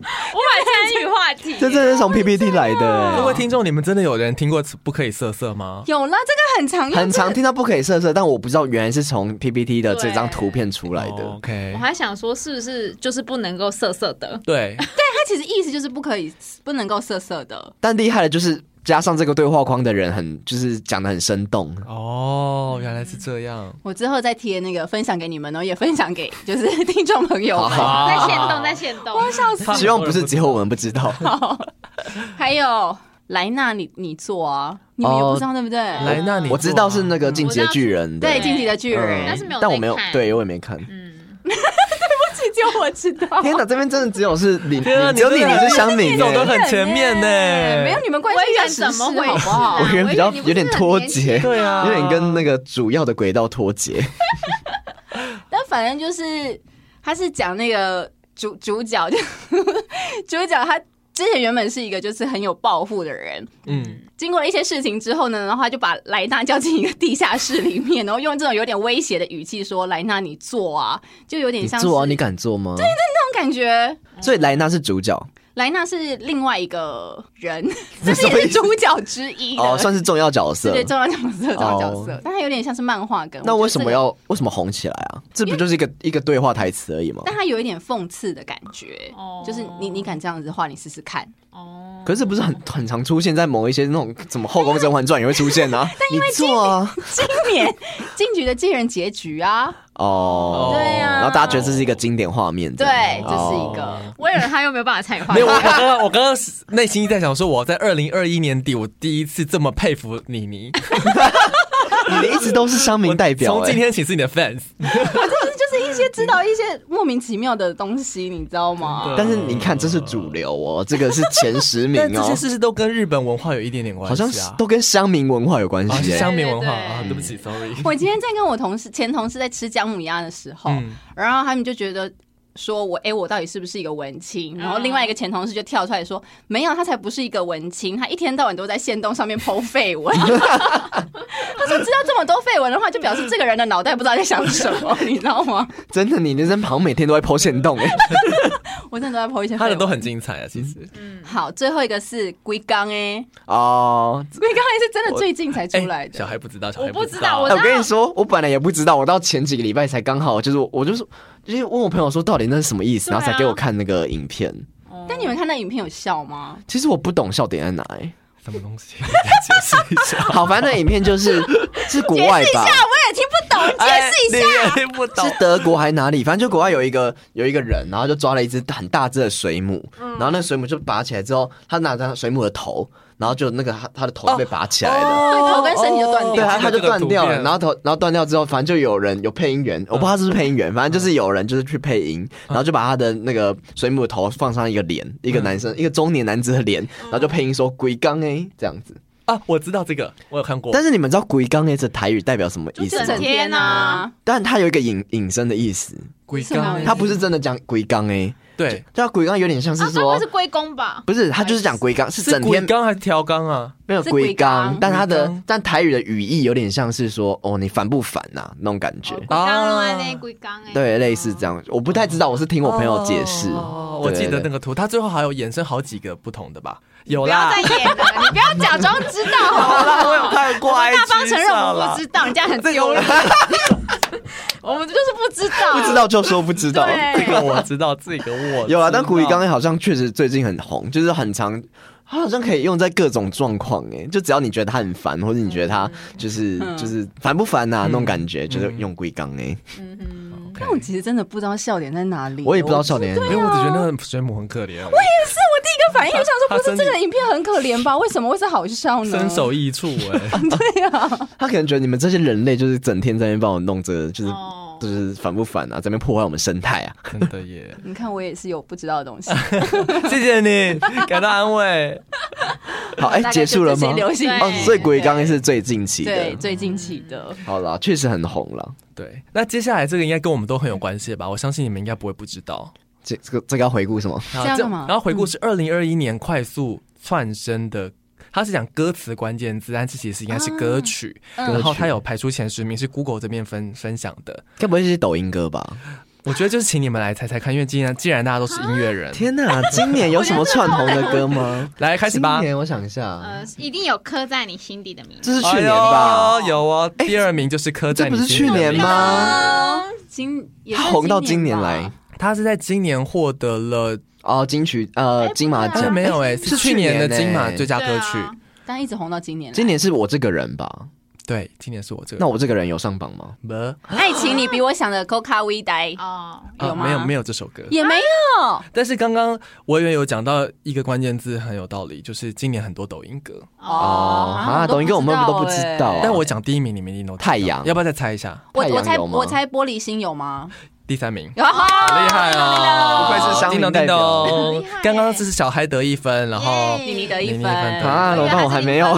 B: 无法参与话题。
C: 这真的是从 PPT 来
A: 各位
C: 的、
A: 听众，你们真的有人听过“不可以色色”吗？
D: 有啦，这个很常用，
C: 很常听到不可以色色，但我不知道原来是从 PPT 的这张图片出来
A: 哦
C: 的。
A: ，OK，
B: 我还想说，是不是就是不能够色色的？
A: 对，
D: 它其实意思就是不可以、不能够色色的。
C: 但厉害的就是加上这个对话框的人很，就是讲的很生动。
A: 哦，原来是这样，
D: 我之后再贴那个分享给你们哦，也分享给就是 听众朋友们。
C: 好
B: 在线动，在线动。
D: 笑死！
C: 希望不是只有我们不知道。
D: 还有莱纳你，你做啊，你们也不知道对不对？
A: 莱纳你啊
C: 我知道是那个《进
D: 嗯
C: 击的
B: 我知道是
C: 巨人》的，
D: 对，《进击的巨
C: 嗯
D: 人
B: 但》是没有
C: 但我没有
B: 在看，
C: 对我也没 看。
B: 嗯
D: 这就我知道。
C: 天哪，这边真的只有是你，你
A: 天啊
C: 只有
A: 你
C: 你，
A: 真的
C: 你是乡民
A: 走得
C: 耶。
A: 很前面呢，
D: 没有，你们关心一下时
B: 我以为
D: 事
B: 怎么回事
D: 好不好
C: 我？觉得比较
B: 我以为你不是
C: 有点脱节，
A: 很年轻啊对啊
C: 有点跟那个主要的轨道脱节。
D: 但反正就是，他是讲那个主主角， 就主角他之前原本是一个就是很有抱负的人，
A: 嗯，
D: 经过了一些事情之后呢，然后他就把莱纳叫进一个地下室里面，然后用这种有点威胁的语气说：“莱纳，你坐啊！”就有点
C: 你
D: 像是
C: 做啊，你敢做吗？
D: 那种感觉。
C: 所以莱娜是主角
D: 莱纳是另外一个 人，就是也是主角之一的，
C: 哦，算是重要角色
D: 对。重要角色，重要角色，
C: 哦
D: 但他有点像是漫画梗。
C: 那
D: 我
C: 为
D: 觉
C: 什
D: 得
C: 么
D: 这个？
C: 要为什么红起来啊？这不就是一个一个对话台词而已吗？
D: 但他有一点讽刺的感觉，
B: 哦
D: 就是你你敢这样子的话，你试试看。
B: 哦，
C: 可是不是很很常出现在某一些那种什么《后宫甄嬛传》也会出现 啊？你做啊，
D: 今年进局的巨人结局啊，
C: 哦，
D: 对啊
C: 然后大家觉得这是一个经典画面，
D: 对
C: 这样，
D: 这是一
C: 哦
D: 个。
B: 威尔他又没有办法参与话
A: 没
B: 题
A: 有，我。我刚刚我刚刚 内心一直在想说，我在二零二一年底，我第一次这么佩服妮妮，
C: 你一直都是乡民代表、
A: 从今
C: 哎
A: 天起是你的 fans，
D: 就是一些知道一些莫名其妙的东西，你知道
A: 嗯
D: 吗？
C: 但是你看，这是主流 哦，这个是前十名
A: 但这
C: 哦
A: 些，事都跟日本文化有一点点关
C: 好
A: 系、啊，
C: 像是都跟乡民文化有关
A: 啊
C: 系、
A: 是
C: 哎
A: 乡民文化
B: 对对对
A: 啊，对不起，sorry。
D: 我今天在跟我同事前同事在吃姜母鸭的时候，
A: 嗯
D: 然后他们就觉得说我哎、诶我到底是不是一个文青？然后另外一个前同事就跳出来说，没有，他才不是一个文青，他一天到晚都在线动上面剖绯闻。他说知道这么多绯闻的话，就表示这个人的脑袋不知道在想什么，你知道吗？
C: 真的，你那身旁每天都在剖线洞哎、
D: 我真的都在剖一些
A: 他的
D: 绯
A: 都
D: 闻。
A: 很精彩啊，其实。
D: 好，最后一个是龟缸哎，
C: 哦、
D: 龟缸哎是真的最近才出来
A: 哎小
D: 的。
A: 孩不知道，小
B: 我
A: 孩
B: 不知
A: 知
B: 道
C: 哎我跟你说，我本来也不知道，我到前几个礼拜才刚好，就是我我就是就是问我朋友说到底那是什么意思，
B: 对啊
C: 然后才给我看那个影片。
D: 但你们看那影片有笑吗？
C: 其实我不懂笑点在哪 哎、
A: 什么东西，解释一下。
C: 好，反正那影片 就是是国
D: 哎
C: 外吧，
D: 也听不懂，
A: 解释一下，哎你也不懂
C: 是。德国还哪里？反正就国外有一个有一个人，然后就抓了一只很大只的水母，
D: 嗯
C: 然后那水母就拔起来之后，他拿着水母的头，然后就那个他他的头
D: 哦
C: 就被拔起来了。
D: 头跟身体就断掉
C: 对，
D: 了
C: 他他就断掉了，然
A: 后
C: 后头，然后断掉之后，反正就有人有配音员，我不知道是不是配音员，反正就是有人就是去配音，然后就把他的那个水母的头放上一个脸，一个男生，一个中年男子的
D: 嗯
C: 脸，然后就配音说“鬼刚哎”这样子。
A: 啊，我知道这个，我有看过。
C: 但是你们知道“鬼刚哎”这台语代表什么意思
D: 就
C: 吗
D: 整？天啊，
C: 但它有一个引引申的意思，
A: 鬼
D: 什么
A: 刚，
C: 它不是真的讲“鬼刚哎”，
A: 对，
C: 叫“鬼刚”有点像是
B: 该啊不
C: 说
B: 会是。龟公吧？
C: 不是，他就是讲龟缸，是
A: 哎是
C: 整
A: 鬼
C: 天
A: 刚还是调刚啊？
C: 没有
D: 是
C: 龟
D: 鬼缸
C: 缸，但他
A: 龟
C: 的
A: 缸
C: 但台语的语义有点像是说，哦，你烦不烦呐、那种感觉。
B: 龟缸啊，那龟缸哎，
C: 对，类似这样，我不太知道，我是听我朋友解释。
A: 哦我记得那个图，它最后还有衍生好几个不同的吧？ 有
B: 不要
A: 啦
B: 再，演了，你不要假装知道好了。
A: 我有看过，
B: 大方承认我们不知道，你这样很丢脸。我们就是不知道，
C: 不知道就说不知道。
A: 这
B: 对，
A: 个我知道，哦这个我
C: 有啊，但古
A: 古
C: 鱼
A: 一
C: 刚好像确实最近很红，就是很常，它好像可以用在各种状况哎，就只要你觉得它很烦，或者你觉得它就是、
D: 嗯
C: 就是烦不烦呐、啊
A: 嗯
C: 那种感觉，就是用龟缸哎，
D: 但我其实真的不知道笑点在哪里，
C: 我也不知道笑点在哪
A: 因
C: 里。
A: 为我只觉得那个水母很可怜，我也
D: 是我第一个反应，我想说
A: 他
D: 不
A: 真
D: 是
A: 的
D: 这个影片很可 怜吧？为什么会是好笑呢？
A: 身首异处哎。
D: 对啊，！
C: 他可能觉得你们这些人类就是整天在那边帮我弄这个，就是、
B: 哦
C: 就是烦不烦啊，在那边破坏我们生态啊。
A: 真的耶
D: 你看我也是有不知道 的东西。
A: 谢谢你，感到安慰。
C: 好，哎、
D: 大概
C: 结束了
D: 就
C: 吗
D: 这些？流行
B: 对
C: 哦，所以鬼刚是最近期
D: 对
C: 的，
D: 最近期的，
C: 好啦，确实很红了。
A: 对，那接下来这个应该跟我们都很有关系吧？我相信你们应该不会不知道。
C: 这这个这个要回顾什么？
A: 然
D: 这
A: 后
D: 样吗
A: 然后回顾
C: 嗯
A: 是二零二一年快速窜升的，它是讲歌词关键字，但是其实应该是歌曲。
C: 歌
A: 然后
C: 曲
A: 它有排出前十名，是 Google 这边分分享的。
C: 该不会是抖音歌吧？
A: 我觉得就是请你们来猜猜看，因为既然既然大家都是音乐人，
C: 天哪，今年有什么串红的歌 吗？
A: 来开始吧
C: 今。年我想一下，
B: 呃，一定有刻在你心底的名字。
C: 这是去年吧？
A: 哎呦有哦，第二名就是刻在
C: 这
A: 你
C: 不是
A: 心
C: 去
A: 里的
C: 年
A: 名字？
C: 吗？嗯
D: 今也
C: 他
D: 算
C: 红到今年
D: 年吧
C: 来，
A: 他是在今年获得了，
C: 哦，金曲呃金马
A: 哎
C: 奖
A: 没有哎，
C: 是
A: 去年的
C: 去年
A: 金马
C: 哎
A: 最佳歌曲
B: 对。啊
D: 但一直红到今年来。
C: 今年是我这个人吧？
A: 对，今年是我这个。
C: 那我这个人有上榜吗？
A: 没
D: 爱情你比我想的 Coca V 呆
B: 哦，
A: 啊
D: 有吗？
A: 没有没有这首歌。
D: 也没有。
A: 但是刚刚我也有讲到一个关键字很有道理，就是今年很多抖音歌。
C: 哦，啊，抖音歌我们都不知道
D: 哦
C: 啊。
A: 但我讲第一名，你们一定都知道
C: 太阳
A: 要不要再猜一下？
D: 我
C: 太
D: 我
C: 阳
D: 猜
C: 有吗啊
D: 我猜玻璃心有吗？
A: 第三名，
D: 有，
A: 好厉害哦！
C: 不愧是乡民
A: 叮咚
C: 代
A: 叮
C: 表
A: 咚
B: 厉害耶，
A: 刚刚这是小嗨得一分，然后
B: 耶
D: 妮妮得
A: 妮
D: 一分
A: 妮得一分
C: 啊，怎么办？我还没有。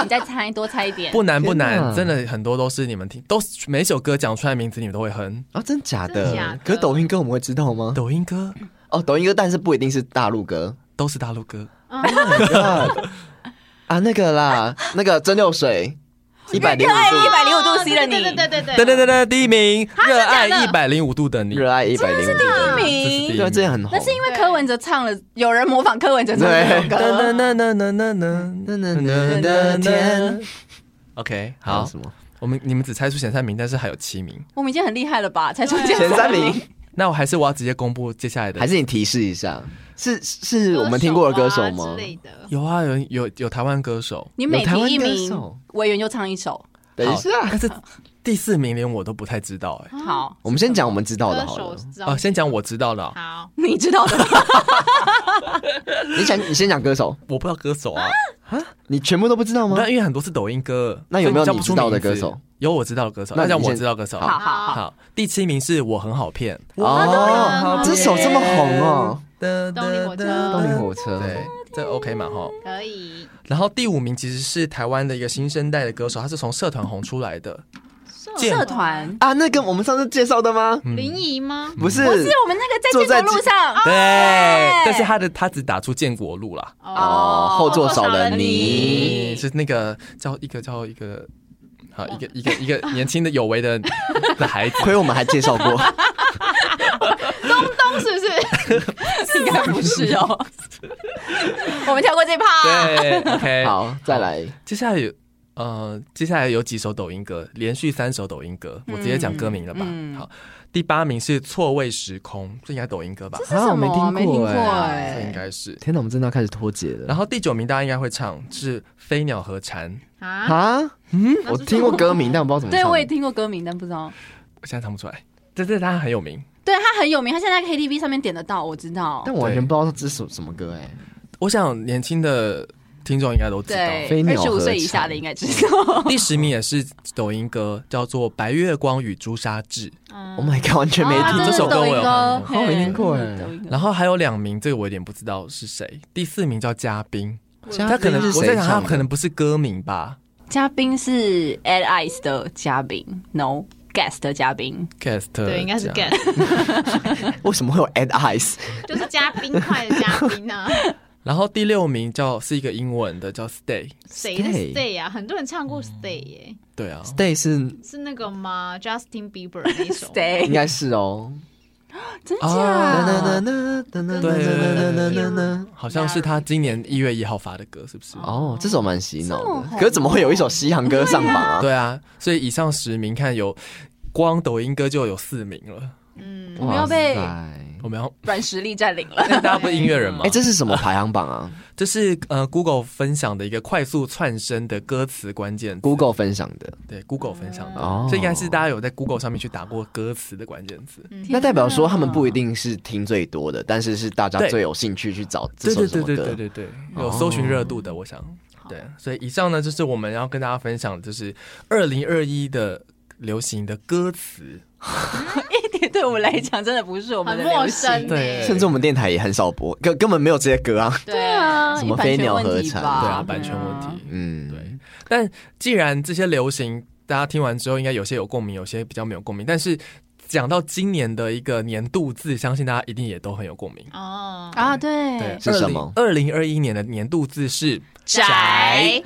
D: 你再猜多猜一点。
A: 不难不
C: 天
A: 难，
C: 哪
A: 真的很多都是你们听，都是每首歌讲出来名字你们都会哼。
C: 啊，真假
B: 真假的
C: 的？可是抖音歌我们会知道吗？
A: 抖音歌
C: 哦，抖音歌，但是不一定是大陆歌。
A: 都是大陆歌，
C: Oh my god 啊，那个啦，那个蒸馏水，一百零五
D: 一
C: 度，
D: 百零五度 C 的你，
B: 对对对对
C: 啊
A: 噔噔噔噔，第一名，热爱一百零五度的你，
C: 热爱一百零五度，
A: 这是第一
C: 对，
A: 名
C: 这也很红
D: 那。是因为柯文哲唱了，有人模仿柯文哲唱这首
A: 噔噔
D: 歌。
A: 噔噔噔噔噔
C: 那
A: 噔
C: 那
A: 噔
C: 那
A: 噔
C: 的
A: 噔
C: 天，。
A: OK，
C: 还有
A: 好，
C: 什么？
A: 我们你们只猜出前三名，但是还有七名。
D: 我们已经很厉害了吧？才出
C: 前三名，
A: 那我还是我要直接公布接下来的，
C: 还是你提示一下？是是我们听过的歌手吗
B: 之？类的，
A: 有啊，有有有台湾歌手，
D: 你每提一
C: 有台湾歌手
D: 名，委员就唱一首。
C: 等一下，
A: 但是啊第四名连我都不太知道哎、
D: 好，
C: 我们先讲我们知道的
B: 歌
C: 好
B: 手
C: 了。
A: 啊、先讲我知道的啊、
B: 好，
D: 你知道的吧，
C: 你想，你先讲歌手，
A: 我不知道歌手啊，
C: 你全部都不知道吗？
A: 那因为很多是抖音歌，
C: 那有没有
A: 所以
C: 你
A: 叫不出
C: 知道的
A: 名字
C: 歌手？
A: 有我知道的歌手，
C: 那
A: 那
C: 你
A: 讲我
C: 先
A: 知道歌手。
D: 好好好，
A: 好，第七名是我很好骗，
C: 哦，这首这么红哦，
A: 动
B: 力火车
C: 动力火车，
D: 哦
A: 对，这 OK 嘛哈。
B: 可以。
A: 然后第五名其实是台湾的一个新生代的歌手，他是从社团红出来的，健
D: 社团。
C: 啊，那个我们上次介绍的吗？
A: 嗯
B: 林怡吗？
C: 不是，
D: 不是我们那个在
C: 坐在
D: 建国路上
A: 对，但是他的他只打出建国路啦，
C: 哦，后座少了你，
A: 嗯是那个叫一个叫一个。好，一个一个 一个年轻的有为的的孩子，
C: 亏我们还介绍 过，
B: 东是不是？
D: 应该不是 哦。我们跳过这趴，
A: 对，OK，
C: 好，再来，
A: 接下来有呃，接下来有几首抖音歌，连续三首抖音歌，我直接讲歌名了吧。
D: 嗯
A: 好，第八名是《错位时空》，这应该抖音歌吧？
D: 这是什么
C: 啊我没
D: 没
C: 听过
D: 听过
A: 这应
D: 哎。
A: 该是。
C: 天哪，我们真的要开始脱节了
A: 然后第九名大家应该会唱是《飞鸟和蝉》，
B: 啊，
C: 啊？嗯，我听过歌名，但我不知道怎么唱。
D: 对，我也听过歌名，但不知道。
A: 我现在唱不出来，但是它很有名。
D: 对他很有名，他现在在 KTV 上面点得到，我知道。
C: 但我完全不知道这是什么歌哎。
A: 我想年轻的听众应该都知
D: 对
A: 道。
C: 飞，鸟
D: 二
C: 合
D: 十
C: 唱
D: 五岁以下的应该知道。
A: 第十名也是抖音歌，叫做《白月光与朱砂痣》，
B: 嗯
C: Oh my god，完全没
A: 啊
C: 听
A: 这首歌我有看
C: 过我没哦听过哎
A: 然后还有两名，这个我有点不知道是谁。第四名叫嘉宾，
C: 过。
A: 他可能
C: 是
A: 我
C: 谁
A: 在想他
C: 唱的
A: 可能不是歌名吧
D: 嘉宾是 Ed Ice 的嘉宾，No Guest 的嘉宾，
A: ，guest
B: 对，应该是
A: 这
B: get，
A: 样
C: 为什么会有 Ed Eyes？
B: 就是加冰块的嘉 宾啊。
A: 然后第六名叫是一个英文的叫 Stay，
B: 谁的
C: Stay
B: Stay 啊？很多人
A: 嗯
B: 唱过 Stay 耶，
A: 对啊，
C: Stay 是
B: 是那个吗？Justin Bieber 那首
C: 应
D: 对，
C: 该是哦。
D: 真
A: 啊
C: 哒哒
D: 假？
C: 哒哒哒哒哒哒
A: 对对对对
C: 哒
A: 对
C: 哒
A: 对，好像是他今年一月一号发的歌，是不是？
C: 哦，这首蛮洗脑
D: 这么红
C: 的。可是怎么会有一首西洋歌上榜啊？
A: 对啊，所以以上十名看有光抖音歌就有四名了，
B: 嗯，
C: 哇塞，
D: 我们要被
A: 我 们要
D: 软实力占领了。
A: 大家不是音乐人吗？
C: 哎，这是什么排行榜啊
A: 这是呃 Google 分享的一个快速窜升的歌词关键字
C: ？Google 分享的
A: 对 Google 分享的，
C: 哦，
A: 这应该是大家有在 Google 上面去打过歌词的关键字。
C: 那代表说他们不一定是听最多的，但是是大家
A: 对
C: 最有兴趣去找这
A: 对
C: 首
A: 对
C: 什
A: 对
C: 么歌。
A: 对对对哦对，有搜寻热度的，我想。对，所以以上呢，就是我们要跟大家分享，就是二零二一的流行的歌词。
D: 对我们来讲，真的不是我们
B: 很
D: 的
B: 陌
D: 流行
B: 生耶，
C: 甚至我们电台也很少播，根根本没有这些歌啊。
B: 对啊，
C: 什么飞鸟合
D: 版权问题
C: 唱
D: 吧
A: 对
C: 对
A: 啊，版权问题。
C: 嗯，
A: 对，但既然这些流行，大家听完之后，应该有些有共鸣，有些比较没有共鸣。但是讲到今年的一个年度字，相信大家一定也都很有共鸣。
B: 哦，
D: 啊，对，
C: 是什么
A: 二零二一年的年度字是
B: 宅，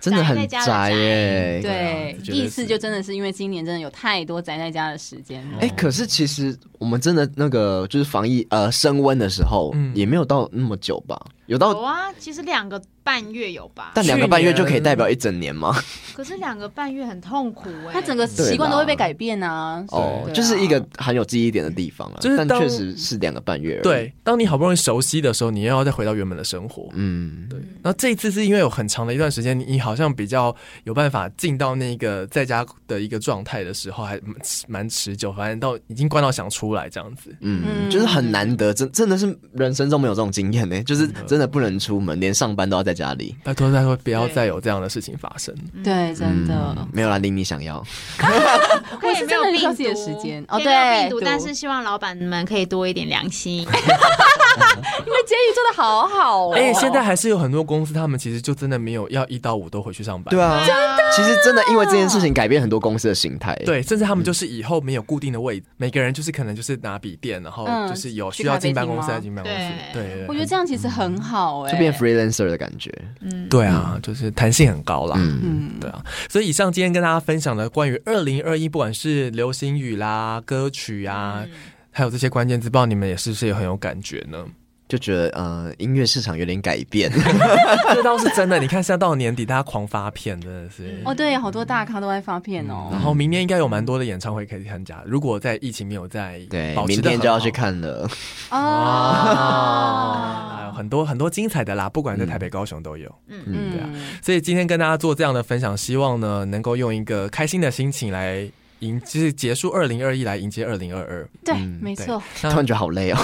C: 真的很
B: 宅在家的
C: 宅耶、
D: 嗯对，
A: 这绝对
D: 意思
A: 是
D: 就真的是因为今年真的有太多宅在家的时间了。
C: 哎、可是其实我们真的那个就是防疫呃升温的时候、
A: 嗯
C: 也没有到那么久吧，有
B: 有
A: 哦
D: 哦
C: 到
B: 啊，其实两个半月有吧，
C: 但两个半月
A: 去年
C: 就可以代表一整年吗？
B: 可是两个半月很痛苦哎，
D: 他整个习惯都会被改变啊。
C: 哦，
D: 对啊
C: 就是一个很有记忆点的地方啊，
A: 就是
C: 但
A: 当
C: 确实是两个半月而已。，
A: 对，当你好不容易熟悉的时候，你又要再回到原本的生活。
C: 嗯，
A: 对，然后这一次是因为有很长的一段时间，你你好像比较有办法进到那个在家的一个状态的时候，还蛮蛮持久，反正到已经关到想出来这样子。
C: 嗯，
D: 嗯
C: 就是很难得，真真的是人生中没有这种经验呢、就是真的不能出门，连上班都要在家里。
A: 拜托拜托，不要再有这样的事情发生。
D: 对，真的
C: 嗯，，没有啦，林，你想要
B: 可以没有
D: 我是真的很
B: 病
D: 靠自己
B: 毒
D: 的时间哦
B: 可以没有
D: 对
B: 病毒，
D: 毒
B: 但是希望老板们可以多一点良心。
D: 因为监狱做的好好哦。
A: 哎、现在还是有很多公司，他们其实就真的没有要一到五都回去上班。
C: 对啊，其实真的因为这件事情改变很多公司的形态。，
A: 对，甚至
C: 嗯
A: 他们就是以后没有固定的位置，每个人就是可能就是拿笔电，然后
D: 嗯
A: 就是有
D: 去
A: 需要
D: 咖啡
A: 进办
D: 厅
A: 公室
D: 吗
A: 再进办公室。
B: 对
A: 对对对，
D: 我觉得这样其实很好哎，
C: 就变 freelancer 的感觉。
A: 对啊，就是弹性很高啦。
C: 嗯，
D: 嗯，
A: 对啊，所以以上今天跟大家分享的关于二零二一，不管是流行语啦、歌曲啊，
D: 嗯
A: 还有这些关键字，不知道你们也是不是也很有感觉呢？
C: 就觉得呃，音乐市场有点改变。
A: 这倒是真的。你看，现在到年底，大家狂发片，真的是。
D: 哦，对，好多大咖都在发片哦。
A: 然
C: 嗯
A: 后明年应该有蛮多的演唱会可以参加，如果在疫情没有在
C: 对，
A: 保 持
C: 明
A: 得
C: 天
A: 很
C: 就要
A: 好
C: 去看了。
D: 啊哦，
A: 啊，有很多很多精彩的啦，不管在台北、高雄都有。
C: 嗯，
A: 对啊
D: 嗯，
A: 所以今天跟大家做这样的分享，希望呢能够用一个开心的心情来迎，就是结束二零二一，来迎接二零二二。
D: 对，
C: 嗯
D: 没错，
C: 突然觉得好累哦。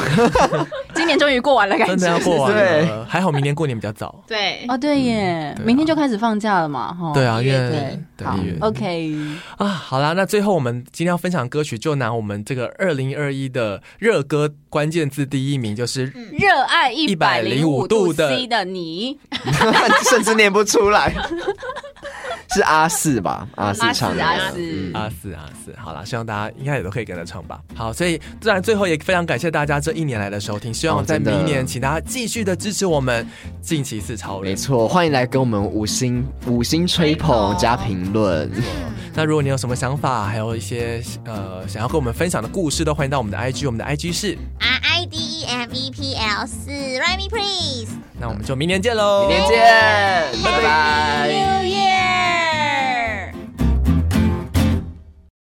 D: 今年终于过完了，感
A: 真
D: 觉
A: 的要过完
C: 对
A: 了，还好明年过年比较早。
B: 对，
D: 哦，对耶
A: 嗯，对啊
D: 明天就开始放假了嘛，哈。
A: 对啊，因为
D: 对，
A: 对
D: 好
A: 一月
D: ，OK，
A: 啊，好啦，那最后我们今天要分享的歌曲，就拿我们这个二零二一的热歌关键字第一名，就是
D: 热爱一百零五
A: 105
D: 度
A: 度的
D: C 的你，
C: 甚至念不出来。 是阿四吧？阿四
D: 阿四
C: 唱的。
D: 阿四
C: 嗯，
A: 阿四阿四。啊好啦，希望大家应该也都可以跟着唱吧。好，所以当然最后也非常感谢大家这一年来的收听，希望
C: 哦
A: 在
C: 真的
A: 明年请大家继续的支持我们近期四超
C: 没
A: 人。
C: 错，欢迎来给我们五星五星吹捧加评论。
A: 那如果你有什么想法，还有一些呃想要跟我们分享的故事，都欢迎到我们的 IG，我们的 IG 是，
E: R I D E M E P L 四 r i m e Please。
A: 那我们就明年见喽，
C: 明天见，拜拜。
E: 六月